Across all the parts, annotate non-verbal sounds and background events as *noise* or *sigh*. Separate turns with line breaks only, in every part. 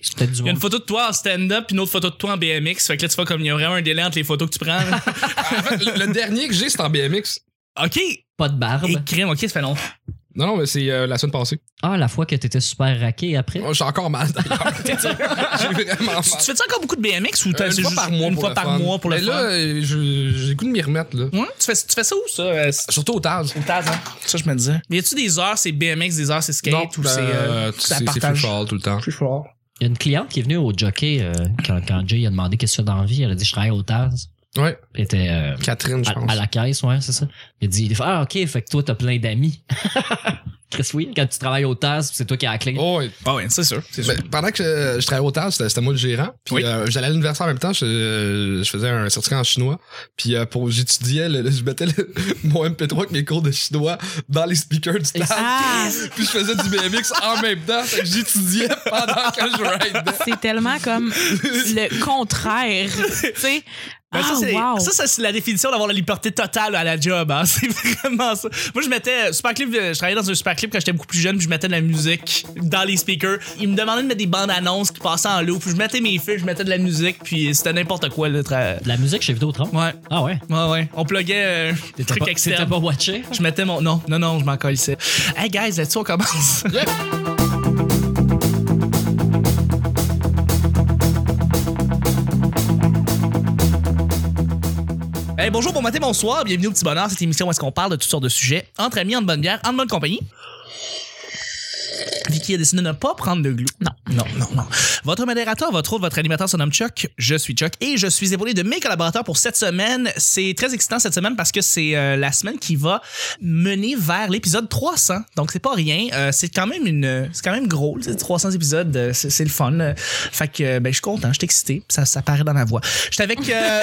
C'est peut-être du
Il y a une
monde.
photo de toi en stand-up puis une autre photo de toi en BMX. Fait que là, tu vois comme il y a vraiment un délai entre les photos que tu prends. là.
Ah, en fait, le, le dernier que j'ai, c'est en BMX.
*laughs* OK. Ah ben. Et
Pas de barbe.
crème, OK, ça fait longtemps.
Non, non, mais c'est euh, la semaine passée.
Ah, la fois que t'étais super raqué après.
Moi, je suis encore mal,
*laughs*
d'ailleurs. j'ai vraiment mal.
Tu tu fais-tu encore beaucoup de BMX ou t'as-
Euh,
c'est
une fois
juste
par mois
Une
pour
fois
le
par
fun.
mois pour le
Mais là,
fun.
euh, je- j'ai le goût de m'y remettre, là.
Ouais? Tu, fais, tu fais ça où, ça? euh, c'est-
Surtout au Taz.
au Taz, hein? Ça, je me disais. Mais y a-tu des heures, c'est BMX, des heures, c'est skate
Non,
ou
ben,
c'est. euh,
tu sais,
ça
c'est free
partage?
for all tout le temps.
Free for all.
Il y a une cliente qui est venue au jockey euh, quand, quand Jay a demandé qu'est-ce que tu as dans la vie. Elle a dit Je travaille au Taz.
Ouais,
Elle était euh,
Catherine, je pense.
à, à la caisse, ouais, c'est ça. Il a dit il a fait, Ah, ok, fait que toi, t'as plein d'amis. *laughs* Chris, oui, quand tu travailles au Taz, c'est toi qui as la clé.
Oh, ouais.
Ah ouais, c'est sûr. C'est sûr.
Ben, pendant que euh, je travaillais au TAS, c'était c'était moi le gérant. Puis
Oui.
euh, j'allais à l'université en même temps, je, euh, je faisais un certificat en chinois. Puis euh, pour j'étudiais, le- le- je mettais le- *laughs* mon MP3 avec mes cours de chinois dans les speakers du TAS.
Ah!
Puis je faisais du BMX en même temps, fait que j'étudiais pendant que je ride.
C'est tellement comme le contraire. tu sais.
Ben, ça,
ah,
c'est
wow.
ça, ça, c'est la définition d'avoir la liberté totale à la job. hein. *laughs* C'est vraiment ça. Moi, je mettais euh, Superclip, euh, je travaillais dans un Superclip quand j'étais beaucoup plus jeune, puis je mettais de la musique dans les speakers. Ils me demandaient de mettre des bandes annonces qui passaient en loop, puis je mettais mes fils, je mettais de la musique, puis c'était n'importe quoi. Là, tra-
De la musique chez Vidéotron.
Ouais,
Ah ouais.
ouais, ouais. On pluguait euh, des
T'étais
trucs
pas, t'étais
externes.
pas watché.
Je mettais mon. Non, non, non, je m'en colissais. Hey, guys, là-dessus, on commence. Hey, bonjour, bon matin, bonsoir. Bienvenue au Petit Bonheur, cette émission où est-ce qu'on parle de toutes sortes de sujets, entre amis, en bonne bière, en bonne compagnie. Vicky a décidé de ne pas prendre de glue.
Non.
Non, non, non. Votre modérateur, votre autre, votre animateur se nomme Chuck. Je suis Chuck et je suis épaulé de mes collaborateurs pour cette semaine. C'est très excitant cette semaine parce que c'est euh, la semaine qui va mener vers l'épisode 300. Donc c'est pas rien. Euh, c'est quand même une, c'est quand même gros. là, 300 épisodes, euh, c'est, c'est le fun. Euh, Fait que euh, ben je suis content, je suis excité. Ça, ça paraît dans ma voix. Je suis avec.
*laughs*
euh,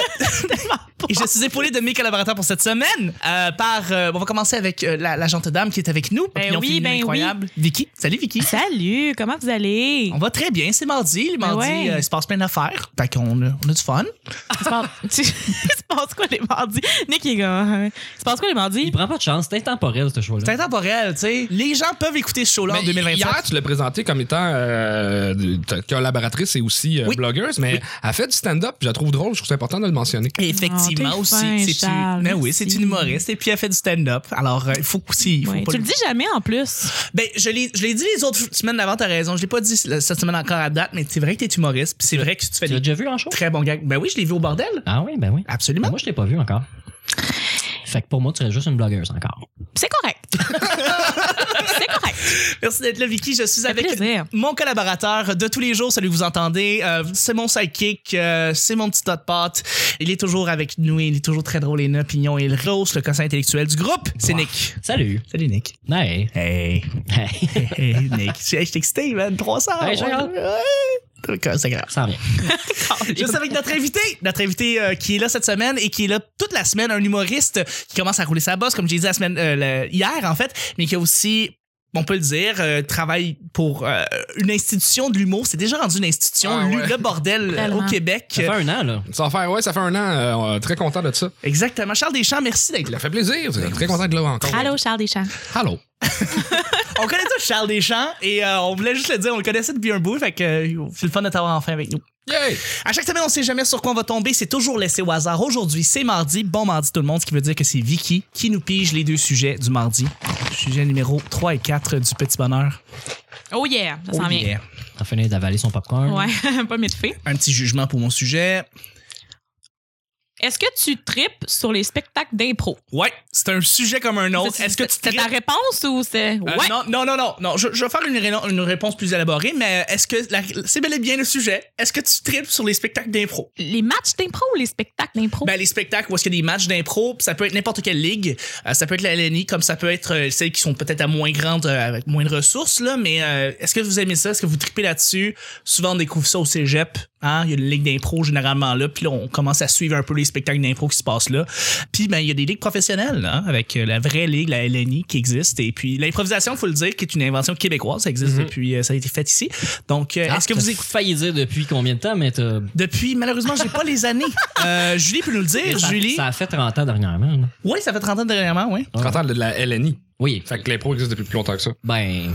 *laughs* et je suis épaulé de mes collaborateurs pour cette semaine. euh, par, euh, on va commencer avec euh, la, la gentille dame qui est avec nous.
Ben
Opinion
oui,
féminine
ben oui.
incroyable. Vicky, salut Vicky.
Salut, comment vous allez?
On va très bien, c'est mardi. Le mardi,
ouais.
euh, il se passe plein d'affaires. Fait qu'on a, on a du fun.
Il se passe- tu- *laughs* il se passe quoi les mardis? Nick, il est comme. euh, Il se passe quoi les
Il
mardis?
prend pas de chance. C'est intemporel, ce show-là.
C'est intemporel, tu sais. Les gens peuvent écouter ce show-là en
Mais
2025.
Hier, tu l'as présenté comme étant euh, ta collaboratrice et aussi euh,
Oui.
blogueuse, mais elle fait du stand-up, je la trouve drôle, je trouve ça important de le mentionner.
Effectivement
Oh, t'es
aussi.
fin,
c'est une...
Charles,
Mais oui,
merci.
c'est une humoriste. Et puis elle fait du stand-up. Alors, euh, il faut aussi. il faut
Ouais,
pas
Tu le dis jamais en plus.
Ben, je l'ai je l'ai dit les autres semaines d'avant, t'as raison. Je l'ai pas dit la- cette semaine encore à date, mais c'est vrai que t'es humoriste. Puis c'est vrai que tu fais
Tu l'as
des
déjà vu en show?
très bons gags. Ben oui, je l'ai vu au bordel.
Ah oui, ben oui.
Absolument.
Moi, je t'ai pas vu encore. Fait que pour moi, tu serais juste une blogueuse encore.
C'est
*laughs*
correct. C'est correct.
Merci d'être là, Vicky. Je suis avec
plaisir.
mon collaborateur de tous les jours, celui que vous entendez. Euh, c'est mon sidekick, euh, c'est mon petit tas de pâtes. Il est toujours avec nous, il est toujours très drôle, et pignon et le rose, le conseil intellectuel du groupe. C'est
Wow.
Nick.
Salut.
Salut, Nick.
Hey. *laughs*
Hey. *laughs*
Hey.
Hey, Nick. Je suis excité, man. 300.
Hey, Charles.
Ouais. Ok, C'est grave.
Ça revient.
*laughs* Juste avec notre invité, notre invité euh, qui est là cette semaine et qui est là toute la semaine, un humoriste qui commence à rouler sa bosse, comme j'ai dit la semaine euh, le- hier en fait, mais qui a aussi on peut le dire, euh, travaille pour euh, une institution de l'humour. C'est déjà rendu une institution,
Ah ouais.
le- le bordel euh, au
Tellement.
Québec.
Ça fait un an, là.
Ça va faire, ouais, ça fait un an, euh, on est très content de ça.
Exactement. Charles Deschamps, merci d'être là.
Ça fait plaisir, très content de là encore.
Allô, Charles Deschamps.
Allô.
On connaît tous Charles Deschamps et euh, on voulait juste le dire, on le connaissait depuis un bout, fait que euh, c'est le fun de t'avoir enfin avec nous.
Yay!
À chaque semaine, on sait jamais sur quoi on va tomber. C'est toujours laissé au hasard. Aujourd'hui, c'est mardi. Bon mardi tout le monde, ce qui veut dire que c'est Vicky qui nous pige les deux sujets du mardi. Sujet numéro 3 et 4 du petit bonheur.
Oh yeah, ça
Oh
s'en vient.
yeah.
Ça finit d'avaler son popcorn.
Ouais, *laughs* pas mieux de fait.
Un petit jugement pour mon sujet.
Est-ce que tu tripes sur les spectacles d'impro?
Ouais, c'est un sujet comme un autre. Est-ce que tu
C'est ta
tripes?
réponse ou c'est.
Euh,
ouais.
Non, non, non, non. non. Je, je vais faire une, réno- une réponse plus élaborée, mais est-ce que la- c'est bel et bien le sujet? Est-ce que tu tripes sur les spectacles d'impro?
Les matchs d'impro ou les spectacles d'impro?
Ben, les spectacles où est-ce qu'il y a des matchs d'impro, puis ça peut être n'importe quelle ligue, Euh, ça peut être la LNI, comme ça peut être euh, celles qui sont peut-être à moins grande, euh, avec moins de ressources, là, mais euh, est-ce que vous aimez ça? Est-ce que vous tripez là-dessus? Souvent, on découvre ça au cégep, hein? il y a une ligue d'impro généralement là, puis là, on commence à suivre un peu les spectacles d'impro qui se passent là. Puis, ben, il y a des ligues professionnelles, hein, avec euh, la vraie ligue, la LNI, qui existe, et puis l'improvisation, faut le dire, qui est une invention québécoise, ça existe depuis, euh, ça a été fait ici. Donc, euh,
Ah,
est-ce que
t'as
vous écoutez...
failli dire depuis combien de temps, mais t'as.
Depuis, malheureusement, j'ai pas les années. Euh, Julie peut nous le dire.
Ça-
Julie.
Ça a fait 30 ans dernièrement. là.
Oui, ça fait 30 ans dernièrement, oui.
30 ans de la LNI.
Oui.
Fait que l'impro existe depuis plus longtemps que ça.
Ben.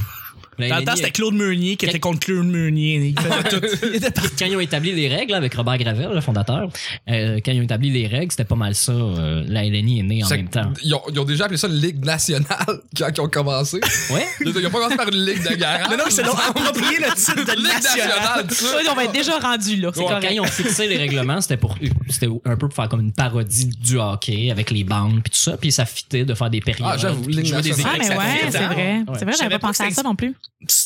Là, il
Dans
a
le temps,
dit,
c'était Claude Meunier qui était contre Claude Meunier. Il *laughs* faisait tout. Il était partout.
quand ils ont établi les règles là, avec Robert Gravel, le fondateur, euh, quand ils ont établi les règles, c'était pas mal ça. euh, la LNI est née en
Ça-
même temps.
Ils ont, ils ont déjà appelé ça une ligue nationale *laughs* quand ils ont commencé.
*laughs*
Ouais.
Ils ont pas commencé par une ligue de garage.
Non, non, ils se *laughs* l'ont approprié hein? le titre de
Ligue
national.
nationale, tu sais.
Ouais, on va être déjà rendu là. C'est
Quand
correct.
ils ont fixé les règlements, c'était pour c'était un peu pour faire comme une parodie du hockey avec les bandes puis tout ça, puis ça fitait de faire des périodes.
Ah, j'avoue,
puis de
Ligue
jouer des
Ah,
nationale.
équipes.
mais
Ça fait hein. dix
ouais, c'est
ans.
vrai.
Ouais.
C'est vrai,
Je savais
j'avais
pas
pas
que
pensé
ça
à ça non plus.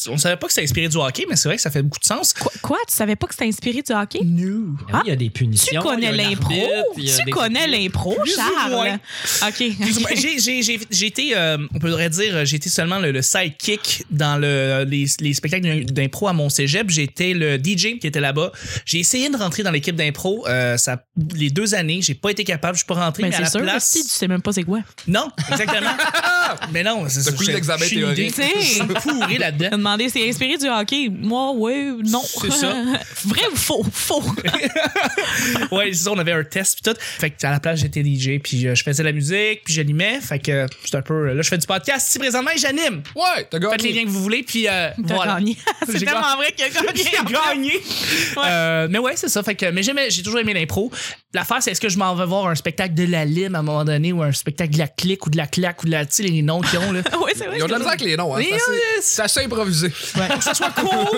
On savait pas que c'était inspiré du hockey, mais c'est vrai que ça fait beaucoup de sens.
Quoi, tu savais pas que c'était inspiré du hockey?
New.
Ah oui, il y a des
Tu
punitions.
connais
il y a un
l'impro?
arbitre, il y a
Tu
des-
connais l'impro,
Plus ou moins.
Charles? OK. *laughs*
J'ai- j'ai- J'ai j'ai été, euh, on pourrait dire, j'ai été seulement le, le sidekick dans le, euh, les, les spectacles d'impro à mon cégep. J'étais le DJ qui était là-bas. J'ai essayé de rentrer dans l'équipe d'impro euh, ça- les deux années. J'ai pas été capable, je suis pas rentré.
Mais
mais à
Ben, c'est
la
sûr,
place,
si tu sais même pas c'est quoi.
Non, exactement.
*laughs*
mais non, c'est
T'as coulé l'examen
j'ai- j'ai une
théorique.
idée.
Tu sais.
Je suis pourri là-dedans.
*laughs*
T'as demandé, c'est inspiré du hockey? Moi, oui, non.
C'est ça.
*laughs* vrai ou faux? Faux.
Ouais, c'est ça, on avait un test puis tout. Fait que à la place, j'étais DJ puis euh, je faisais la musique, puis j'animais. Fait que euh, c'est un peu là je fais du podcast si présentement et j'anime.
Ouais, t'as
Faites les liens
gagné.
que vous voulez puis euh,
T'as
voilà.
gagné.
*laughs* J'ai
c'est tellement vrai qu'il a gagné.
*laughs* J'ai gagné. Euh, mais ouais, c'est ça. Fait que, mais j'aimais- j'ai toujours aimé l'impro. L'affaire, c'est est-ce que je m'en vais voir un spectacle de la lime à un moment donné ou un spectacle de la clique ou de la claque ou de la. Tu sais, les noms qu'ils
*laughs*
ont, là.
Oui, c'est vrai.
Ils ont de la misère avec les noms. Hein.
Mais
C'est assez- C'est assez
*laughs*
improvisé.
Ouais. Faut que ça soit court,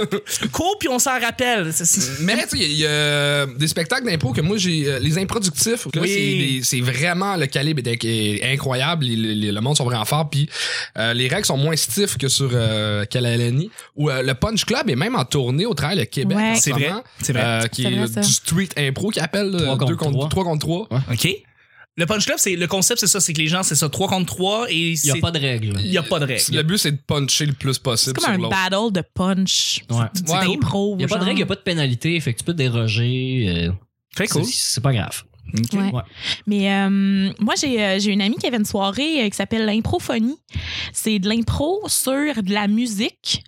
court puis on s'en rappelle. C'est- c'est-
Mais tu sais, il y a- il y, a des spectacles d'impro que moi j'ai. euh, les improductifs, là,
Oui.
c'est des- c'est vraiment le calibre est, est incroyable. les- les- les- le monde sont vraiment forts. Puis euh, les règles sont moins stiffs que sur euh, Calalani. Ou euh, le Punch Club est même en tournée au travers le Québec.
Ouais.
en ce
C'est vrai,
moment,
c'est vrai.
euh, qui
C'est
est
vrai,
le-
ça.
du street impro qui appelle
Trois
3
contre
contre
trois.
3 contre 3.
OK. Le punch club, c'est le concept, c'est ça, c'est que les gens, c'est ça, 3 contre 3 et
Il n'y a pas de règles.
il y a pas de règles.
Le but c'est de puncher le plus
C'est
possible
comme
sur
un
l'autre.
battle de punch.
Ouais.
C'est
Ouais.
d'impro.
Il n'y a pas de
genre.
règles, il n'y a pas de pénalité, fait que tu peux te déroger. euh,
Très
c'est- C'est pas grave.
Ouais.
Ouais.
Mais euh, moi, j'ai euh, j'ai une amie qui avait une soirée euh, qui s'appelle l'Improphonie. C'est de l'impro sur de la musique.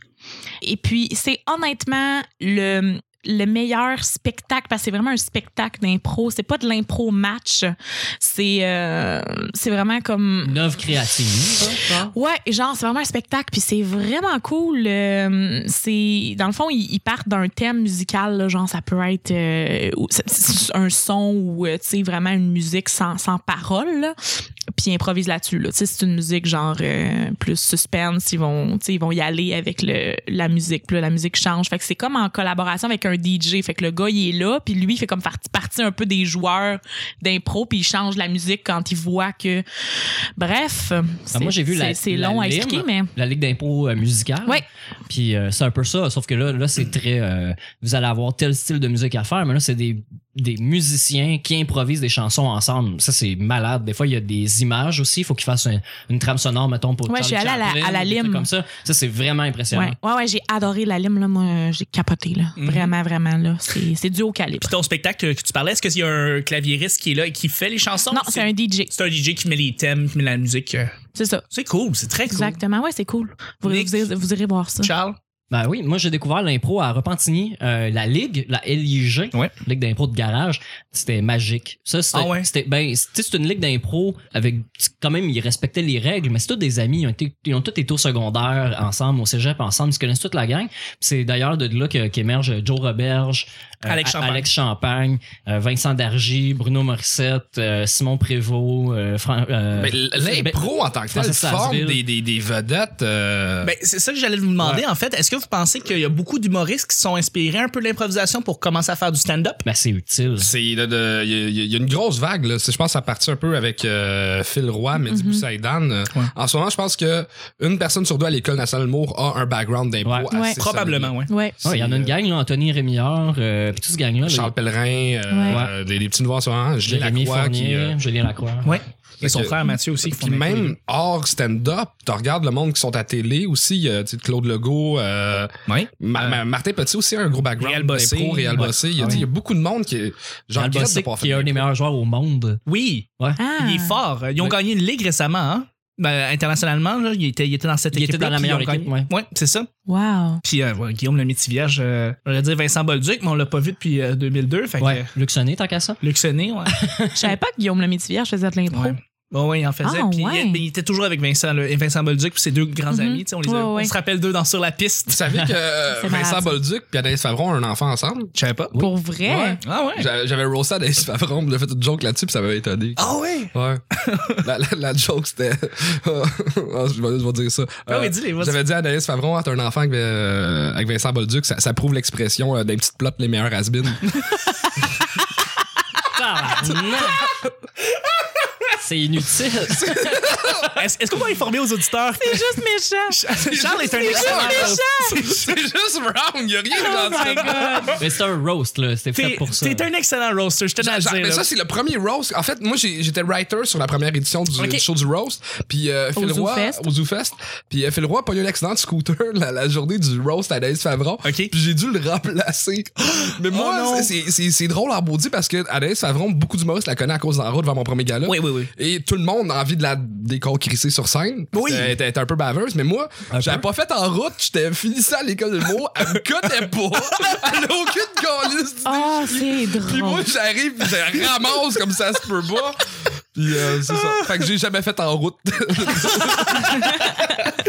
Et puis, c'est honnêtement le le meilleur spectacle parce que c'est vraiment un spectacle d'impro c'est pas de l'impro match c'est euh, c'est vraiment comme
Une œuvre créative.
Ouais, genre, c'est vraiment un spectacle, puis c'est vraiment cool. Euh, c'est Dans le fond, ils, ils partent d'un thème musical, là, genre, ça peut être euh, ou- c'est- c'est un son ou, euh, tu sais, vraiment une musique sans, sans parole, là, puis ils improvisent là-dessus. Là. Tu sais, c'est une musique, genre, euh, plus suspense, ils vont, tu sais, ils vont y aller avec le, la musique, puis là, la musique change. Fait que c'est comme en collaboration avec un DJ, fait que le gars, il est là, puis lui, il fait comme partie, partie un peu des joueurs d'impro, puis il change la musique quand il voit que... Bref, c'est-
moi, j'ai vu la-
c'est- C'est
la
long à
lime.
expliquer, mais...
La Ligue d'impôts euh, musicale.
Oui.
Puis euh, c'est un peu ça, sauf que là, là c'est très. euh, vous allez avoir tel style de musique à faire, mais là, c'est des, des musiciens qui improvisent des chansons ensemble. Ça, c'est malade. Des fois, il y a des images aussi. Il faut qu'ils fassent un- une trame sonore, mettons, pour.
Ouais, je suis
Charlie
allée à la-
Chaplin,
à la
des trucs
Lime.
Comme ça, ça c'est vraiment impressionnant.
Ouais, ouais, ouais, j'ai adoré la lime, là. Moi, euh, j'ai capoté, là.
Mhm.
Vraiment, vraiment, là. C'est c'est du haut calibre.
Puis ton spectacle que tu parlais, est-ce qu'il y a un claviériste qui est là et qui fait les chansons?
Non, c'est un DJ.
C'est un DJ qui met les thèmes, qui met la musique. euh,
C'est ça.
C'est cool, c'est très cool.
Exactement. Ouais, c'est cool. Vous,
Nick.
vous irez, vous irez voir ça.
Charles?
Ben oui, moi j'ai découvert l'impro à Repentigny, euh, la ligue, la LIG,
Ouais.
ligue d'impro de garage, c'était magique. Ça c'était
Ah ouais?
c'était ben c'était c'est une ligue d'impro avec quand même ils respectaient les règles, mais c'est tous des amis, ils ont, été, ils ont tous été au secondaire ensemble, au cégep ensemble, ils se connaissent toute la gang. Puis C'est d'ailleurs de là que- qu'émerge Joe Roberge, euh,
Alex
A-
Champagne.
Champagne, euh, Vincent Dargy, Bruno Morissette, euh, Simon Prévost, euh, Fran- euh,
Mais l'impro en tant que tel
Francis
forme
Sarsville.
des, des, des vedettes. euh,
Ben, c'est ça que j'allais vous demander, en fait. Est-ce que vous pensez qu'il y a beaucoup d'humoristes qui sont inspirés un peu de l'improvisation pour commencer à faire du stand-up?
ben, c'est utile.
C'est il y, a- y a une grosse vague là. C'est- Je pense que ça partit un peu avec euh, Phil Roy,
Mm-hmm.
Mehdi Boussaïdan. Euh,
Ouais.
En ce moment, je pense que une personne sur deux à l'école nationale Moore a un background d'impro.
Ouais.
assez
Ouais.
solide.
Probablement, ouais.
Ouais.
Ouais, Il y en a une
euh,
gang, là, Anthony Rémillard, euh, puis tout ce gang-là. là,
Charles Pellerin, euh,
Ouais.
euh, des, des petits noirs en ce moment, Julien
Jérémy
Lacroix
Fournier,
qui. euh,
Julien Lacroix.
Ouais. Et son
que-
frère Mathieu aussi. qui font
puis
l'impro.
même hors stand-up, tu regardes le monde qui sont à télé aussi, il y a, tu sais, Claude Legault, euh,
Ouais.
Ma- Ma- Martin Petit aussi a un gros
Réal
background
Bossé.
d'impro, Réal
Ouais.
Bossé. Il y a-
Ah
tu sais, il y
ouais.
a beaucoup de monde qui est
Jean
regrette de
Bossic,
pas faire
qui est un des meilleurs joueurs au monde.
Oui,
Ah.
il est fort. Ils ont
Ouais.
gagné une ligue récemment, hein? Ben, internationalement, là, il, était, il était dans cette
Il
équipe.
était dans la meilleure équipe, ouais.
c'est ça.
Wow.
Puis euh, ouais, Guillaume le Métivierge, euh, j'aurais dit Vincent Bolduc, mais on l'a pas vu depuis euh, 2002. Fait que,
Ouais.
euh,
Luc Sonnet, tant qu'à ça. *laughs*
Luc Sonnet, ouais.
Je savais pas que Guillaume le Métivier faisait de l'impro.
Ouais. Oui, ouais, il en faisait.
Ah,
puis,
ouais.
il, mais il était toujours avec Vincent, là, et Vincent Bolduc, puis ses deux grands
Mhm.
amis. tu sais, On, les a-
Ouais,
on
ouais.
se rappelle d'eux dans Sur la piste.
Vous savez que euh,
C'est
Vincent
malade.
Bolduc et Anaïs Favron ont un enfant ensemble?
Je savais pas.
Pour vrai?
Ouais.
Ah ouais?
J'avais j'avais roasté Anaïs Favron, puis j'ai fait une joke là-dessus, puis ça m'avait étonné.
Ah ouais?
Ouais. la, la- la joke, c'était. *laughs* Ah, je, vais, je vais dire ça.
Ah
Euh,
oui, dis-les, vas-y.
J'avais dit à Anaïs Favron, ah, t'as un enfant avec, euh, avec Vincent Bolduc, ça, ça prouve l'expression euh, des petites plottes, les meilleurs has
Ah! Tabarnak. C'est
*laughs*
inutile.
Est-ce est-ce qu'on va informer aux
*laughs*
auditeurs?
C'est juste méchant.
Charles est un
C'est
excellent
juste
host.
C'est juste wrong, y a *laughs* rien de
Oh my
gentil.
God.
Mais c'est un roast, là. C'était fait
T'es
pour ça.
t'es un excellent roaster, je tenais à le
Genre,
dire.
mais
là.
ça, c'est le premier roast. En fait, moi, j'ai- j'étais writer sur la première édition du,
Ok.
du show du roast. Puis euh, Phil
Zoo
Roy,
Fest.
au Zoo Fest. Puis euh, Phil Roy a eu l'accident de scooter *laughs* la, la journée du roast à Anaïs Favron.
Ok.
Puis j'ai dû le remplacer. *gasps* Mais
Oh
moi,
non.
c'est- c'est c'est drôle en maudit parce que Anaïs Favron, beaucoup d'humoristes la connaissent à cause d'en route vers mon premier gala.
Oui, oui, oui.
Et tout le monde a envie de la déconcrissée sur scène.
Oui.
Elle était elle était un peu baveuse, mais moi, j'avais pas fait en route. J'étais finissant à l'école de l'humour. Elle me
*laughs*
connaît pas. Elle a aucune calisse du
Oh, c'est
puis moi,
drôle.
j'arrive, pis
*laughs*
je ramasse comme ça se peut pas. Puis euh, c'est ça. Fait que j'ai jamais fait en
*laughs*
route.
*laughs*
*laughs*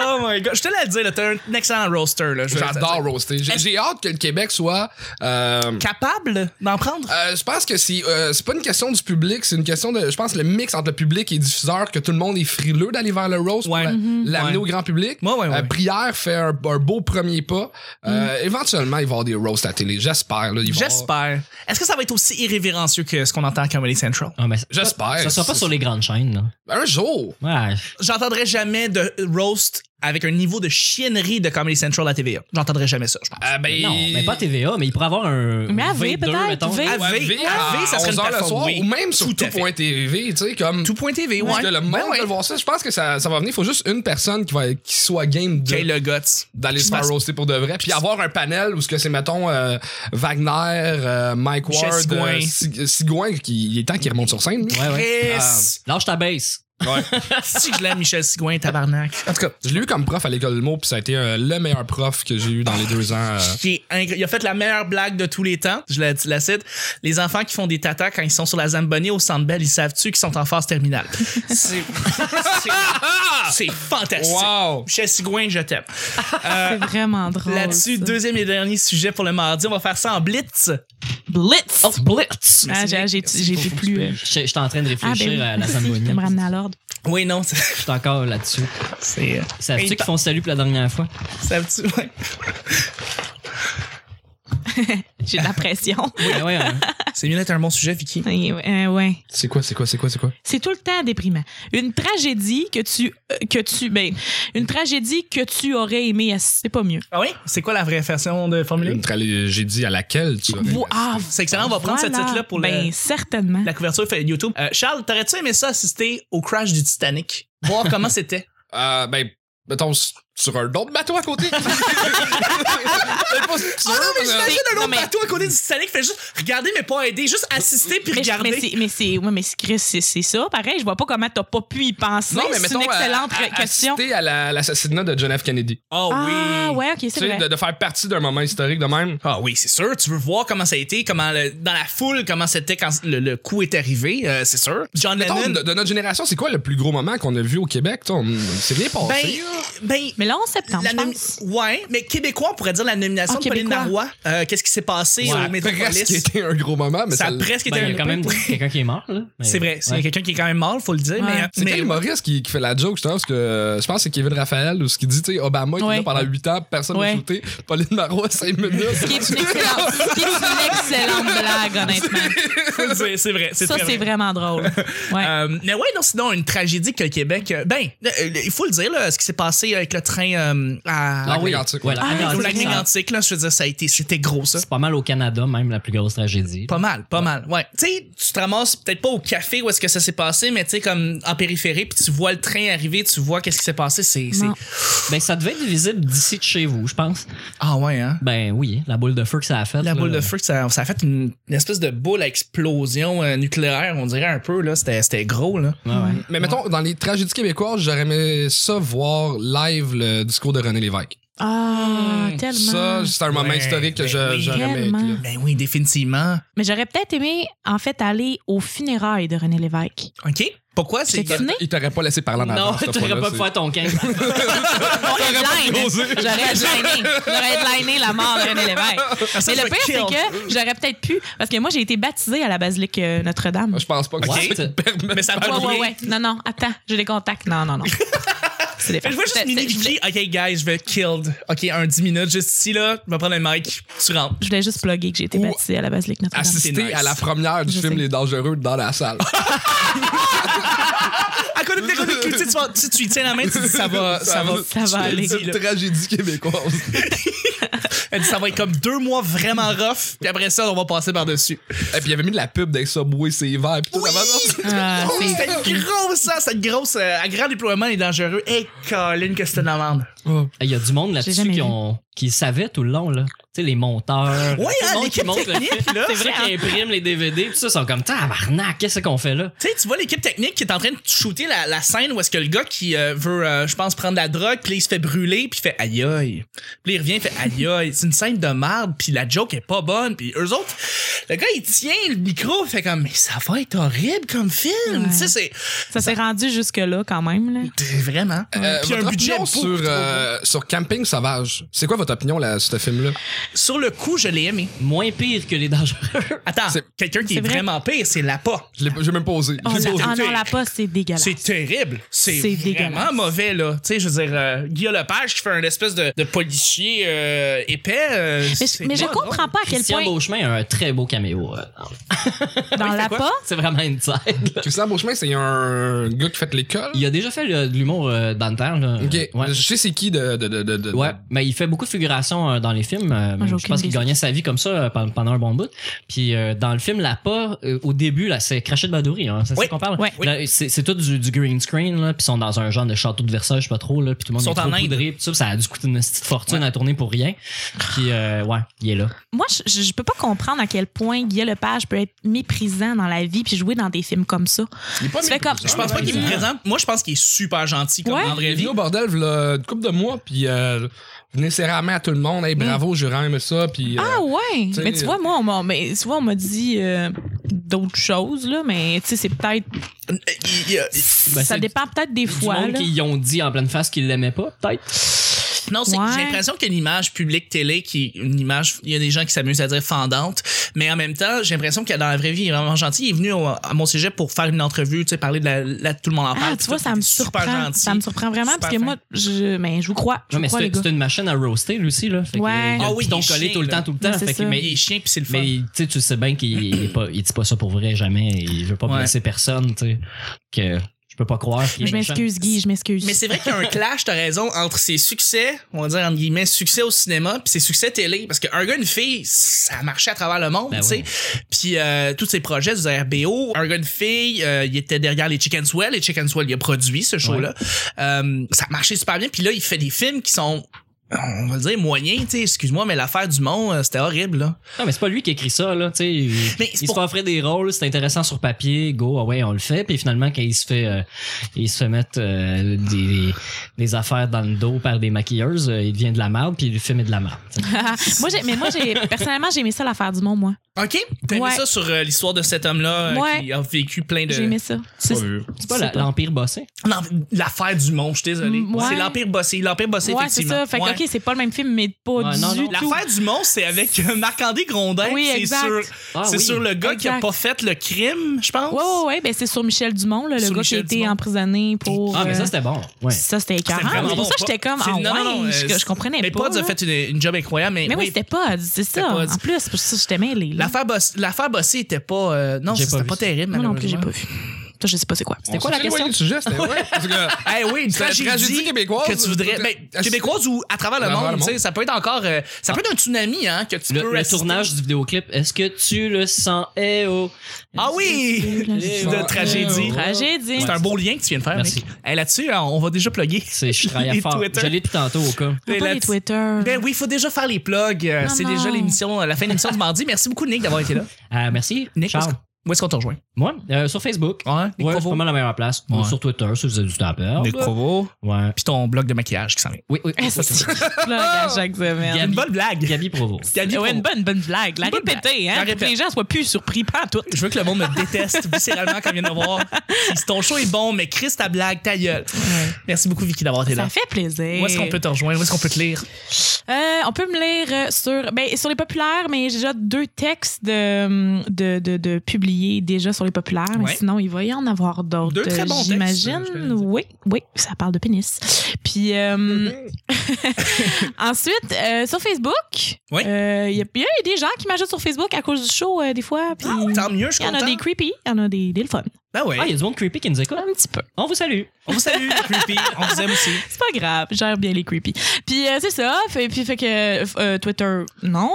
Oh my god, je te l'ai dit, là, t'es un excellent roaster. là. Je-
J'adore roaster. J'ai j'ai hâte que le Québec soit. euh,
Capable d'en prendre?
euh, je pense que c'est euh, c'est pas une question du public, c'est une question de. Je pense le mix entre le public et le diffuseur, que tout le monde est frileux d'aller vers le roast
Ouais. Mhm.
pour la- l'amener
Ouais.
au grand public.
Ouais, ouais, Mhm. ouais.
Euh, Prière fait un, un beau premier pas. Euh, Éventuellement, il va y avoir des roasts à télé. J'espère. là, il va y avoir-
J'espère. Est-ce que ça va être aussi irrévérencieux que ce qu'on entend à Comedy Central?
Ah, mais ça-
J'espère.
Ça sera pas sur les grandes chaînes, là.
Un jour.
Ouais.
J'entendrai jamais de roast avec un niveau de chiennerie de Comedy Central à TVA. J'entendrai jamais ça, je pense.
Euh, ben,
Non, mais pas TVA, mais il pourrait avoir un.
Mais à V,
22,
peut-être,
mettons.
Ah,
V.
À V, à Ah, V, ça serait une
11 heures le
plateforme,
soir,
oui.
ou même sur
Tout à fait.
tout.tv, tu sais, comme...
Tout.tv, ouais. Ben
Parce que le monde
Ouais, ouais.
va le voir ça, je pense que ça, ça va venir. Il faut juste une personne qui, va, qui soit game de-
Kay le guts.
d'aller se faire
Parce-
roaster pour de vrai. Puis avoir un panel où ce que c'est, mettons, euh, Wagner, euh, Mike
Michel
Ward,
Sigouin.
euh, Sig- Sigouin, qui il est temps qu'il remonte sur scène. lui.
Ouais, ouais.
Chris!
Lâche ta base.
*laughs* Ah.
Si que je l'aime, Michel Sigouin, tabarnak. En tout cas,
Je l'ai eu comme prof à l'école de mots, puis ça a été euh, le meilleur prof que j'ai eu dans les deux ans. euh.
Hein?
qui est incroyable. Il a fait la meilleure blague de tous les temps. Je la, la cite. Les enfants qui font des tatas quand ils sont sur la Zamboni au Centre Bell, ils savent-tu qu'ils sont en phase
*laughs*
terminale? C'est- C'est c'est fantastique.
Wow!
Michel Sigouin, je t'aime.
C'est vraiment drôle.
Là-dessus,
Oh, ça.
deuxième et dernier sujet pour le mardi. On va faire ça en blitz.
Blitz!
Blitz!
Ah, j'ai- j'ai- J'étais plus. euh,
J'étais j'étais en train de
Ah, ben
réfléchir
oui. *laughs*
à la
Merci
Zamboni.
de me
Je
ramener à l'ordre.
Oui, non, c'est-
suis encore là-dessus.
c'est. euh,
Savais-tu
Hey,
qu'ils font salut pour la dernière fois?
Savent-tu? Ouais.
J'ai de la
*laughs*
pression.
Ouais, ouais,
*laughs*
hein.
C'est mieux d'être un bon sujet, Vicky.
Oui, euh, ouais.
C'est quoi, c'est quoi, c'est quoi, c'est quoi?
C'est tout le temps déprimant. Une tragédie que tu euh, que tu ben une tragédie que tu aurais aimé assister, c'est pas mieux.
Ah oui? C'est quoi la vraie version de formulée?
Une tragédie à laquelle tu aurais-
Vous- ah,
C'est excellent, on va prendre
voilà.
cette titre-là pour le-
Ben certainement.
la couverture fait YouTube. Euh, Charles, t'aurais-tu aimé ça assister au crash du Titanic? Voir comment c'était?
Euh, ben, mettons, s- sur un autre bateau
*laughs*
à côté. Peut-être pas sur-
Ah non, mais
sur-
j'imagine un
Euh, Non,
autre
mais-
bateau à côté du Titanic qui fait juste regarder mais pas aider, juste assister puis
Mais je- mais
regarder.
c'est mais c'est ouais, mais c'est Chris, c'est c'est ça pareil, je vois pas comment t'as pas pu y penser.
Non, mais
c'est
mettons,
une excellente
à- à-
question.
assister à la- l'assassinat de John F. Kennedy.
Oh
Ah ouais, OK,
Tu
c'est
sais,
vrai.
de, de faire partie d'un moment historique de même.
Ah oui, c'est sûr. Tu veux voir comment ça a été, comment le- dans la foule, comment c'était quand le, le coup est arrivé, euh, c'est sûr. John
Mettons,
Lennon.
de, de notre génération, c'est quoi le plus gros moment qu'on a vu au Québec? toi? On- C'est bien
Ben,
passé.
ben,
Mais là en septembre,
la
je
nomi-
pense.
ouais, mais québécois, on pourrait dire la nomination
Ah,
de Pauline
Québécois.
Marois. Euh, Qu'est-ce qui s'est passé
ça
au
a presque
Métropolis?
été un gros moment, mais
Ça a
ça-
presque été
Ben, il y
un-
a quand même quelqu'un qui est mort, là. Mais-
C'est vrai, c'est
Ouais.
quelqu'un qui est quand même mort, faut le dire.
Ouais.
Mais,
C'est
mais-
quel humoriste qui, qui fait la joke, justement, parce que euh, je pense que c'est Kevin Raphaël, ou ce qu'il dit, tu sais, Obama, qui est
Ouais.
là pendant 8 ans, personne n'a
Ouais.
shooté, Pauline Marois, *laughs* 5 minutes.
Qui est une excellente, qui est une
*laughs*
excellente blague honnêtement.
*laughs* c'est c'est vrai.
Ça
très
c'est vraiment drôle. Ouais.
Euh, mais ouais, non, sinon, une tragédie que le Québec. euh, ben, euh, il faut le dire, là, ce qui s'est passé avec le train euh, à.
La
Ah oui,
Atlantique,
ouais,
ouais.
la
Ah,
Atlantique,
au lac
ça-
Mégantic, là, je veux dire, ça a été. C'était gros, ça.
C'est pas mal au Canada, même la plus grosse tragédie.
Pas mal, pas mal. Ouais. Tu sais, tu te ramasses peut-être pas au café où est-ce que ça s'est passé, mais tu sais, comme en périphérie, puis tu vois le train arriver, tu vois qu'est-ce qui s'est passé. C'est. c'est-
Non.
Ben, ça devait être visible d'ici de chez vous, je pense.
Ah ouais, hein?
Ben oui, la boule de feu que ça a faite.
La
là.
boule de feu, ça, ça a fait une, une espèce de boule à explosion euh, nucléaire, on dirait un peu, là. C'était c'était gros, là.
Ouais, ouais.
Mais mettons, dans les tragédies québécoises, j'aurais aimé ça voir live le discours de René Lévesque.
Ah, tellement.
Hmm, Ça, c'est un moment
Ouais,
historique que
ben
je-
oui.
j'aurais aimé être là.
Tellement.
Ben oui, définitivement.
Mais j'aurais peut-être aimé, en fait, aller aux funérailles de
*laughs*
René Lévesque.
OK. Pourquoi c'est.
J'étais
Il t'aurait pas laissé parler en
Non,
avant.
*laughs*
cette
t'aurais
fois-là,
pas pu
c'est-
faire
*laughs*
ton camp.
T'aurais pas
Line.
osé.
J'aurais headliné. J'aurais headliné la mort de René
*laughs*
Lévesque.
Ah, ça,
Mais
je
le
me
pire, c'est
kill.
que j'aurais peut-être pu, parce que moi, j'ai été baptisée à la basilique euh, Notre-Dame.
Je pense pas que
What?
c'est ça qui te permet
Mais ça
de
va
faire-
Ouais,
pas
ouais,
bien.
ouais. Non, non, attends, j'ai les contacts. Non, *laughs* non, non. Ben, C'est des
Je vois juste
C'était-
mini
c'était- je voulais-
Vicky. OK, guys, je vais killed. OK, un 10 minutes juste ici, là. Je vais prendre un mic. Tu rentres.
Je voulais juste plugger que j'ai été
Ou-
baptisée à la basilique Notre-Dame.
assister
nice.
à la première du
Je
film
sais.
Les Dangereux dans la salle.
À côté de la côté de Q, tu sais, tu vas- tu- tu lui tiens la main, tu dis *laughs* ça va, ça va.
Ça va
Tu
*laughs*
aller.
C'est
dis,
une
là.
tragédie québécoise.
Elle dit ça va être comme deux mois vraiment rough, puis après ça, on va passer par-dessus.
Et puis il avait mis de la pub des Subway, c'est hiver. Puis tout ça *laughs* va-
Ah,
Oh,
c'est-
C'était gros, ça, cette grosse. euh, à grand déploiement, est dangereux. Et Colin, que c'était une amende.
Il y a du monde
J'ai
là-dessus
jamais
qui,
vu.
ont, qui savait tout le long, là. Tu sais, les monteurs.
Ouais,
tout le
hein,
monde
l'équipe
qui monte le *laughs*
technique,
film.
là.
C'est vrai qu'ils impriment les DVD, puis ça, ils sont comme, tabarnak, qu'est-ce qu'on fait là?
Tu sais, tu vois l'équipe technique qui est en train de shooter la, la scène où est-ce que le gars qui euh, veut, euh, je pense, prendre la drogue, puis là, il se fait brûler, puis il fait aïe aïe. Puis là, il revient, il fait aïe aïe. C'est une scène de merde, puis la joke est pas bonne, puis eux autres, le gars, il tient le micro, il fait comme, mais ça va être horrible comme film.
Ouais.
Tu sais, c'est.
Ça s'est rendu jusque-là quand même. Là.
Vraiment.
Euh,
Puis un
votre
budget
opinion
beaucoup
sur,
trop
euh, sur Camping Sauvage. C'est quoi votre opinion là, sur ce film-là?
Sur le coup, je l'ai aimé.
Moins pire que les
*laughs*
dangereux.
Attends,
C'est-
quelqu'un qui est,
C'est vrai?
vraiment pire, c'est Lapa.
Je l'ai j'ai même pas osé.
Oh,
J'ai
la-
pas osé.
ah non, la poste, c'est dégueulasse.
C'est terrible. C'est
C'est
vraiment
dégueulasse.
mauvais, là. Tu sais, je veux dire, euh, Guillaume Lepage qui fait un espèce de, de policier euh, épais. euh,
Mais,
c'est
je- mais je
pas drôle.
comprends pas à quel
Christian
point
Beauchemin a un très beau caméo. euh, dans-
dans la
quoi?
pas,
C'est vraiment inside. là.
Christian Beauchemin, c'est un gars qui fait l'école.
Il a déjà fait le- de l'humour euh, dans le temps. Là.
Ok.
Ouais.
Je sais c'est qui de. de, de, de- de-
Ouais, mais il fait beaucoup de figuration euh, dans les films. euh,
Moi, Ah, j'ai
je
aucune
pense qu'il
idée.
gagnait sa vie comme ça euh, pen- pendant un bon bout. Puis euh, dans le film La Pas, euh, au début, là, c'est Crachet de Badouri, hein, c'est
Oui.
ça qu'on parle.
Ouais.
Là, c'est c'est tout du, du green screen, là, puis ils sont dans un genre de château de Versailles, je sais pas trop, là, puis tout le monde
Ils sont
est
en
trop
Inde.
poudré, puis ça, ça a dû coûter une petite fortune à tourner pour rien. Puis euh, ouais, il est là.
moi, je, je peux pas comprendre à quel point Guillaume Lepage peut être méprisant dans la vie puis jouer dans des films comme ça.
Il est pas
Tu fais comme-
Je pense pas qu'il me présente. Moi, je pense qu'il est super gentil comme
Ouais.
dans la vraie
Il est
vie.
venu au bordel v'là une couple de mois, puis euh, venez serrer la main à tout le monde. Hey, bravo, j'ai vraiment aimé ça. Puis, euh,
Ah ouais!
sais,
Mais tu vois, moi, on m'a, mais tu vois, on m'a dit euh, d'autres choses, là, mais tu sais, c'est peut-être.
Il- il- il-
Ben,
ça
c'est
dépend peut-être des
Du
fois.
monde
là.
qui y ont dit en pleine face qu'ils l'aimaient pas, peut-être.
Non, c'est-
Ouais.
j'ai l'impression qu'il y a une image publique télé qui une image il y a des gens qui s'amusent à dire fendante, mais en même temps, j'ai l'impression que dans la vraie vie, il est vraiment gentil, il est venu au- à mon sujet pour faire une entrevue, tu sais parler de la, la- tout le monde en parle.
Ah, tu
puis
vois,
tout,
ça
il
me
est super
surprend.
gentil.
Ça me surprend vraiment
Super
parce que
fin.
moi, je, mais je vous crois. Je
Non,
vous
mais
crois, les
c'est
gars.
c'est une machine à roaster, lui aussi, là. Fait que,
Ouais.
euh, il y a
Ah
le
oui,
piton
il est
collé
chien,
tout le
là.
temps, tout le
Non,
temps.
c'est
Fait que-
ça.
mais
Il est chien puis c'est le fun.
Mais il- tu sais, tu sais bien qu'il il est pas- il dit pas ça pour vrai jamais. Il veut pas
Ouais.
blesser personne, tu sais. Que je peux pas croire qu'il est
Je
méchant.
m'excuse, Guy, je m'excuse.
Mais c'est vrai qu'il y a un clash, t'as raison, entre ses succès, on va dire entre guillemets, succès au cinéma, puis ses succès télé. Parce qu'un gars, une fille, ça a marché à travers le monde,
Ben
tu sais.
ouais.
Puis euh, tous ses projets, du RBO, un gars, une fille, euh, il était derrière les Chicken Swell. Les Chicken Swell, il a produit ce show-là. Euh, ça a marché super bien. Puis là, il fait des films qui sont, on va le dire, moyens, tu sais. Excuse-moi, mais l'affaire du monde, euh, c'était horrible, là.
Non, mais c'est pas lui qui écrit ça, là, tu sais. Il,
Mais c'est
il se
pour-
fait offrir des rôles, c'est intéressant sur papier, go, ah ouais, on le fait. Puis finalement, quand il se fait, euh, il se fait mettre euh, des, des affaires dans le dos par des maquilleuses, euh, il devient de la merde, puis le film est de la merde. tu sais.
*laughs* moi, j'ai, mais moi, j'ai, personnellement, j'ai aimé ça l'affaire du monde, moi.
OK? T'as aimé
Ouais.
ça sur euh, l'histoire de cet homme-là euh,
Ouais.
qui a vécu plein de.
J'ai aimé ça. Ah, C'est-
pas vu.
C'est pas
C'est
la-
pas-
l'Empire bossé.
Non, l'affaire du monde, je suis désolé.
Mm, ouais.
C'est l'Empire bossé. L'Empire bossé,
ouais, c'est
effectivement.
ça. Fait que,
Ouais.
OK, c'est pas le même film, mais pas
Ouais,
du
non, non.
tout.
L'affaire du monstre, c'est avec euh, Marc-André Grondin.
Oui,
c'est
exact.
sur,
Ah
c'est
oui.
sur le gars qui a
Exact.
pas fait le crime, je pense.
Ouais, ouais, ouais. Ben, c'est sur Michel Dumont, là, le
Sur
gars
Michel
qui a été
Dumont.
emprisonné pour.
Ah, mais
euh,
ça, c'était bon. Ouais.
Ça, c'était
Ah, C'était
écœurant.
vraiment
C'est pour
bon.
ça que j'étais comme,
C'est-
ah
non, non,
ouais,
non, euh,
je, je comprenais
Mais
pas.
Pods a
là.
fait une, une job incroyable, mais,
Mais oui,
oui,
c'était pas, c'est ça.
Pods.
En plus, c'est pour ça que j'étais mêlée. là.
l'affaire, boss, l'affaire bossée était pas. euh, non,
J'ai
c'était
pas
pas,
vu ça.
terrible.
Moi non plus, j'ai pas
malheureusement.
vu. Ça, je sais pas c'est quoi.
C'était quoi la question? du sujet, c'était ouais. parce que-
Eh oui,
*laughs*
une
C'est la
tragédie,
tragédie québécoise.
que tu
euh,
voudrais. Ben, québécoise ou à travers le
À
monde,
travers le
tu sais,
monde.
ça peut être encore. euh, ça peut être un tsunami, hein, que tu
Ah. Le,
peux
le
assister.
tournage du vidéoclip, est-ce que tu le sens? Eh oh!
Ah
*laughs*
oui!
Ah,
De tragédie.
ouais.
Tragédie.
C'est un beau lien que tu viens de faire.
Merci.
mec. Eh, Là-dessus, hein, on va déjà plugger.
C'est, je
Les
travaille fort.
Twitter.
Je l'ai depuis tantôt au cas.
On
Et
parle
là-
des Twitter.
*laughs* Ben oui, il faut déjà faire les plugs. Euh,
Non,
C'est euh,
non.
déjà l'émission, la fin de l'émission du mardi. Merci beaucoup, Nick, d'avoir été là.
Euh, merci.
*laughs* Nick,
Charles.
est-ce que- Où est-ce qu'on te rejoint?
Moi, euh, sur Facebook.
Ouais, Nick
Ouais, c'est
Provo.
pas mal la meilleure place.
Ouais.
Ou sur Twitter, si vous avez du temps à perdre.
Nick Provo.
Ouais.
Puis ton blog de maquillage qui s'en vient. *laughs*
Oui, oui.
*laughs*
oui,
Ça,
oui.
c'est à chaque semaine.
Gabi- *laughs*
blague.
Gabi Provo.
Gabi
Ouais, une
Provo.
bonne, bonne blague. La
Bonne
répéter,
blague. La
hein, pour que
répète.
les gens soient plus surpris, pas tout.
Je veux que le monde me déteste viscéralement quand il vient de me voir. Si ton show est bon, mais Chris, ta blague, ta gueule. Merci beaucoup, Vicky, d'avoir été là.
Ça fait plaisir.
Où est-ce qu'on peut te rejoindre? Où est-ce qu'on peut te lire?
Euh, on peut me lire euh, sur, ben, sur les populaires, mais j'ai déjà deux textes de, hum, de, de, de publiés déjà sur les populaires. Mais
Ouais.
sinon, il va y en avoir d'autres. euh,
Deux très bons textes, euh,
J'imagine.
je vais le dire.
Oui, oui, ça parle de pénis. Puis
*laughs*
euh, *laughs* ensuite, euh, sur Facebook,
Oui.
euh, il y, a- il y a des gens qui m'ajoutent sur Facebook à cause du show euh, des fois. Puis
Tant mieux, je suis
il y en a
Ah content.
des creepy, il y en a des, des le fun.
Ben oui.
Ah, il y a du monde creepy qui nous écoute.
Un petit peu.
On vous salue.
On vous salue, les creepy. On vous aime aussi.
C'est pas grave, gère bien les creepy. Puis euh, c'est ça, fait, puis fait que euh, Twitter, non.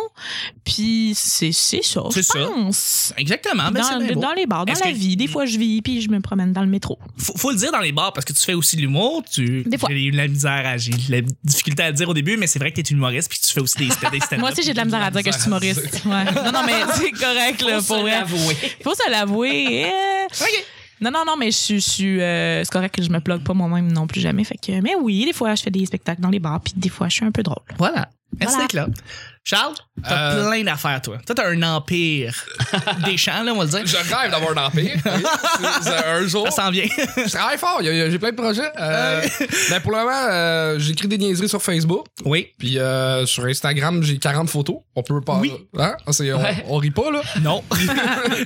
Puis c'est c'est ça,
C'est
je
ça.
pense.
Exactement. Ben, c'est
Dans,
bien beau.
dans les bars, dans
Est-ce
la
que-
vie. Des fois, je vis, puis je me promène dans le métro.
faut, faut le dire dans les bars parce que tu fais aussi de l'humour. Tu...
Des fois.
J'ai eu de la misère à. J'ai eu de la difficulté à le dire au début, mais c'est vrai que t'es une humoriste puis que tu fais aussi des, des stand-up.
Moi aussi, j'ai de la misère à dire que je
*laughs*
suis humoriste. Ouais. Non, non, mais c'est correct, là,
Faut
pour
se
vrai.
l'avouer.
Faut
*laughs*
se l'avouer. euh. Non, non, non, mais je suis. je suis, euh, c'est correct que je me bloque pas moi-même non plus jamais. Fait que, mais oui, des fois, je fais des spectacles dans les bars, puis des fois, je suis un peu drôle.
Voilà. Merci
Voilà.
d'être là. Charles, t'as
Euh,
plein d'affaires, toi. Toi, t'as un
*laughs*
empire des champs, là, on va le dire.
Je rêve d'avoir un empire. Oui, c'est- c'est un jour.
Ça s'en vient.
Je travaille fort, il y a- j'ai plein de projets. Euh, ben, pour le moment, euh, j'écris des niaiseries sur Facebook.
oui.
Puis euh, sur Instagram, j'ai 40 photos. On peut pas.
Oui.
Hein? C'est- on,
Ouais.
on rit pas, là.
Non. *laughs*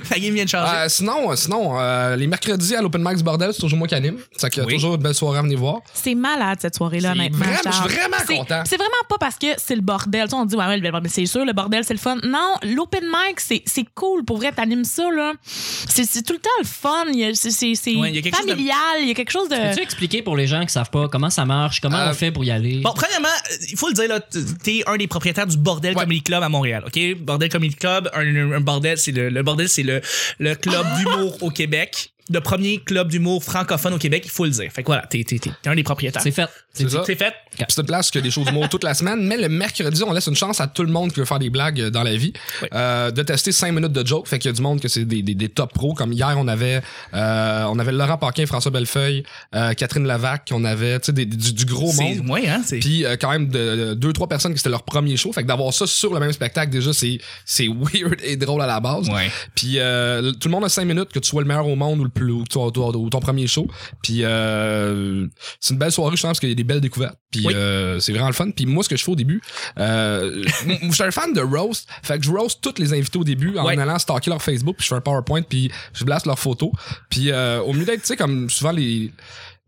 Ta game vient de changer.
Euh, sinon, euh, sinon euh, les mercredis à l'Open Max Bordel, c'est toujours moi qui anime. C'est qu'il y a
Oui.
toujours une belle soirée à venir voir.
C'est malade cette soirée-là,
C'est
honnêtement.
vraiment-
Charles.
je suis vraiment
C'est-
content.
C'est vraiment pas parce que c'est le bordel. Tu sais, on dit, ouais, ouais, le bordel, c'est sûr, le bordel, c'est le fun. Non, l'open mic, c'est c'est cool. Pour vrai, t'animes ça, là. C'est c'est tout le temps le fun. Il y a- C'est c'est- c'est
Ouais, il y a quelque chose de-
familial. Il y a quelque chose de.
Peux-tu expliquer pour les gens qui savent pas comment ça marche, comment
Euh,
on fait pour y aller?
Bon, premièrement, euh, il faut le dire, là, t- t'es un des propriétaires du Bordel
Ouais.
Comedy Club à Montréal, OK? Bordel Comedy Club, un, un bordel, c'est le, le bordel, c'est le, le club d'humour au Québec. Le premier club d'humour francophone au Québec, il faut le dire. Fait que voilà, t'es, t'es- t'es- t'es un des propriétaires.
C'est fait.
C'est ça.
C'est fait.
Puis C'est une place que des choses d'humour toute la semaine, mais le mercredi, on laisse une chance à tout le monde qui veut faire des blagues euh, dans la vie
Oui.
euh, de tester 5 minutes de joke. Fait qu'il y a du monde que c'est des, des, des top pros. Comme hier, on avait euh, on avait Laurent Paquin, François Bellefeuille, euh, Catherine Lavac, on avait tu sais, des- du, du gros
C'est
monde.
moi, hein? C'est...
Puis euh, quand même de, de- deux trois personnes qui c'était leur premier show, fait que d'avoir ça sur le même spectacle déjà c'est c'est *laughs* weird et drôle à la base.
Ouais.
Puis euh, le- tout le monde a cinq minutes que tu sois le meilleur au monde ou le plus ou que tu ou ton, ou ton premier show. Puis euh, c'est une belle soirée je pense parce qu'il y a des belles découvertes. Puis
Oui.
euh, c'est vraiment le fun. Puis moi ce que je fais au début, euh, m- je suis un fan de roast, fait que je roast tous les invités au début en
Ouais.
allant stalker leur Facebook puis je fais un PowerPoint puis je blasse leurs photos. Puis euh, au milieu d'être tu sais comme souvent les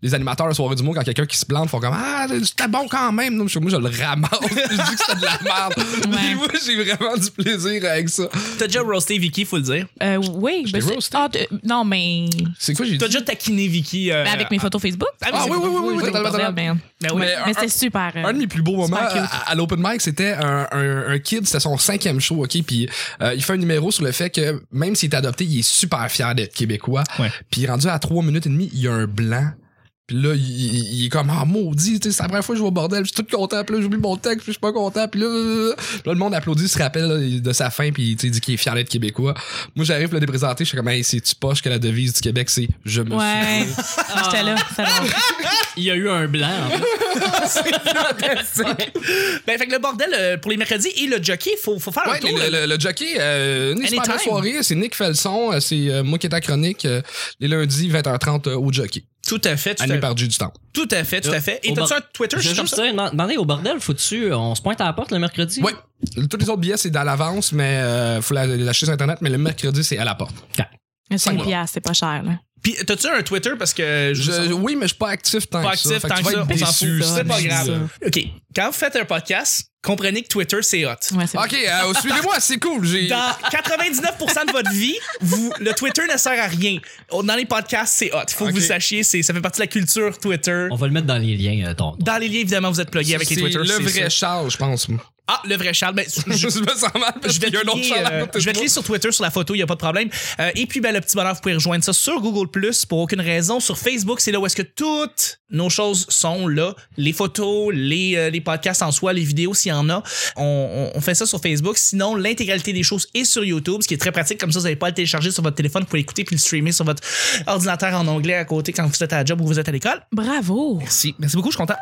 les animateurs de soirée du mot quand quelqu'un qui se plante font comme ah c'était bon quand même non, je- moi je le ramasse *laughs* je dis que c'était de la merde
Ouais.
Et moi j'ai vraiment du plaisir avec ça
T'as déjà roasté Vicky, faut le dire.
Euh, oui,
Je
ben,
t'ai
c'est-
roasté.
Ah, t- non, mais.
c'est quoi j'ai
T'as
dit
déjà taquiné Vicky. euh,
ben, avec mes photos Facebook.
Ah,
ah oui oui oui oui, oui, totalement,
Bordel,
totalement.
ben,
Ben oui.
Mais-
mais
un-
c'était super. euh,
un de mes plus beaux moments
Super cute.
à, à l'open mic c'était un, un, un kid c'était son cinquième show ok puis euh, il fait un numéro sur le fait que même s'il est adopté il est super fier d'être québécois
Ouais.
puis rendu à trois minutes et demie il y a un blanc puis là, il, il- il est comme, ah, maudit, tu sais, c'est la première fois que je vais au bordel, puis je suis tout content, puis là, j'oublie mon texte, puis je suis pas content, puis là, euh, puis là, le monde applaudit, se rappelle là, de sa fin, puis tu sais, il dit qu'il est fier d'être québécois. Moi, j'arrive, puis là, de présenter, je suis comme, hey, c'est-tu poche que la devise du Québec, c'est je me *laughs*
Ouais. J'étais là. ça va.
Ah.
Il y a eu un blanc. en fait.
Ben, fait que le bordel euh, pour les mercredis et le jockey, faut, faut faire un
Ouais,
tour.
le,
là.
le- le jockey, euh, une super
Anytime.
belle soirée, c'est Nick Felson, euh, c'est euh, moi qui est à chronique, euh, les lundis 20h30 euh, au jockey,
Tout à fait, tout
animé
à
par Jus du temps.
Tout à fait, tout à fait. Et
Au
t'as-tu
bar-
un Twitter,
Je
je
veux
comme
juste
ça?
dire, dans- dans les au bordel, faut-tu, on se pointe à la porte le
Mm.
mercredi?
Ouais, tous les autres billets c'est à l'avance, mais euh, faut la- l'acheter sur internet, mais le mercredi c'est à la porte.
Mais
Cinq
5 piastres, c'est pas cher, là.
Puis t'as-tu un Twitter parce que je veux
Je-
savoir.
oui, mais je suis pas actif tant
Pas
que
actif
ça.
tant
fait
que
que tu vas
ça,
être
on s'en
déçu,
fout, c'est
si
pas
je dis
grave.
ça.
OK. Quand vous faites un podcast, comprenez que Twitter, c'est hot.
Ouais,
*laughs*
c'est
Ok, euh, suivez-moi, c'est cool. J'ai
Dans 99% de votre vie, vous, le Twitter ne sert à rien. Oh, Dans les podcasts, c'est hot. Faut que
Ok.
vous le sachiez, c'est, ça fait partie de la culture Twitter.
On va le mettre dans les liens, euh, ton. ton-
Dans les liens, évidemment, vous êtes plugués avec les
C'est
Twitter.
le
c'est
vrai
ça.
Charles, je pense.
Ah, le vrai Charles. Ben, *laughs* je-
Je me sens mal parce
je vais,
qu'il y a un
te
autre
lier,
Charles à
euh,
côté de
je vais te
moi.
lier sur Twitter sur la photo, il n'y a pas de problème. Euh, et puis, ben, le petit bonheur, vous pouvez rejoindre ça sur Google Plus pour aucune raison. Sur Facebook, c'est là où est-ce que toutes nos choses sont là. Les photos, les, euh, les podcasts en soi, les vidéos s'il y en a. On, on- on fait ça sur Facebook. Sinon, l'intégralité des choses est sur YouTube, ce qui est très pratique. Comme ça, vous n'avez pas à le télécharger sur votre téléphone. Vous pouvez l'écouter puis le streamer sur votre ordinateur en onglet à côté quand vous êtes à la job ou vous êtes à l'école.
Bravo!
Merci. Merci beaucoup, je suis content.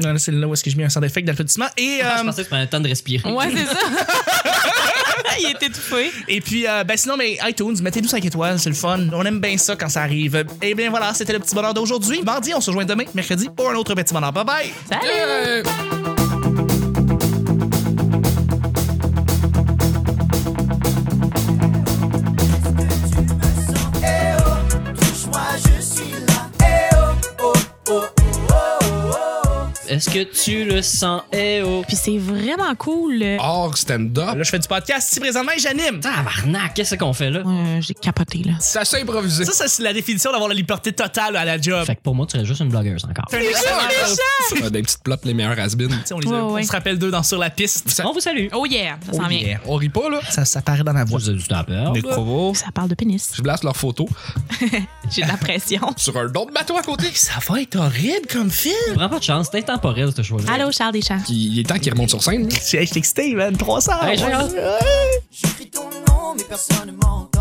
Non, là, C'est là où est-ce que j'ai mis un sound effect d'applaudissement. Et,
Je
euh,
pensais que tu prenais le temps de respirer.
Ouais, c'est ça. *laughs* Il est étouffé.
Et puis, euh, ben sinon, mais iTunes, mettez-nous 5 étoiles, c'est le fun. On aime bien ça quand ça arrive. Et bien voilà, c'était le petit bonheur d'aujourd'hui. Mardi, on se rejoint demain, mercredi, pour un autre petit bonheur. Bye bye!
Salut!
Yeah!
oh, Touche-moi, je suis là. Eh oh, oh, oh, oh, oh, oh.
Est-ce que tu le sens? Eh oh!
Puis c'est vraiment cool. euh,
Or, stand-up.
Là, je fais du podcast si présentement et j'anime.
Tabarnak, qu'est-ce qu'on fait là?
Euh, J'ai capoté, là.
Ça
*laughs*
s'est improvisé.
Ça, ça c'est la définition d'avoir la liberté totale à la job.
Fait que pour moi, tu serais juste une blogueuse encore.
C'est excellent.
Ah, Des petites plops, les meilleurs has
Tu sais, On, les a-
Ouais,
on
ouais.
se rappelle d'eux dans Sur la piste.
On vous salue!
Oh yeah, ça
Oh
s'en vient.
yeah.
On rit pas, là.
Ça, ça paraît dans la voix.
Vous avez du temps à perdre.
Nick Provo.
Ça parle de pénis.
Je blasse leurs photos
J'ai de la pression.
sur un don de bateau à côté.
Ça va être horrible comme film.
Prends pas de chance, c'est intemporel ce choix-là.
*laughs* Allô, Charles Deschamps.
Il est temps qu'ils remontent sur scène. là.
Je suis excité, man. 300.
Hey, j'ai hâte.
Ouais.
J'écris ton nom, mais personne ne m'entend.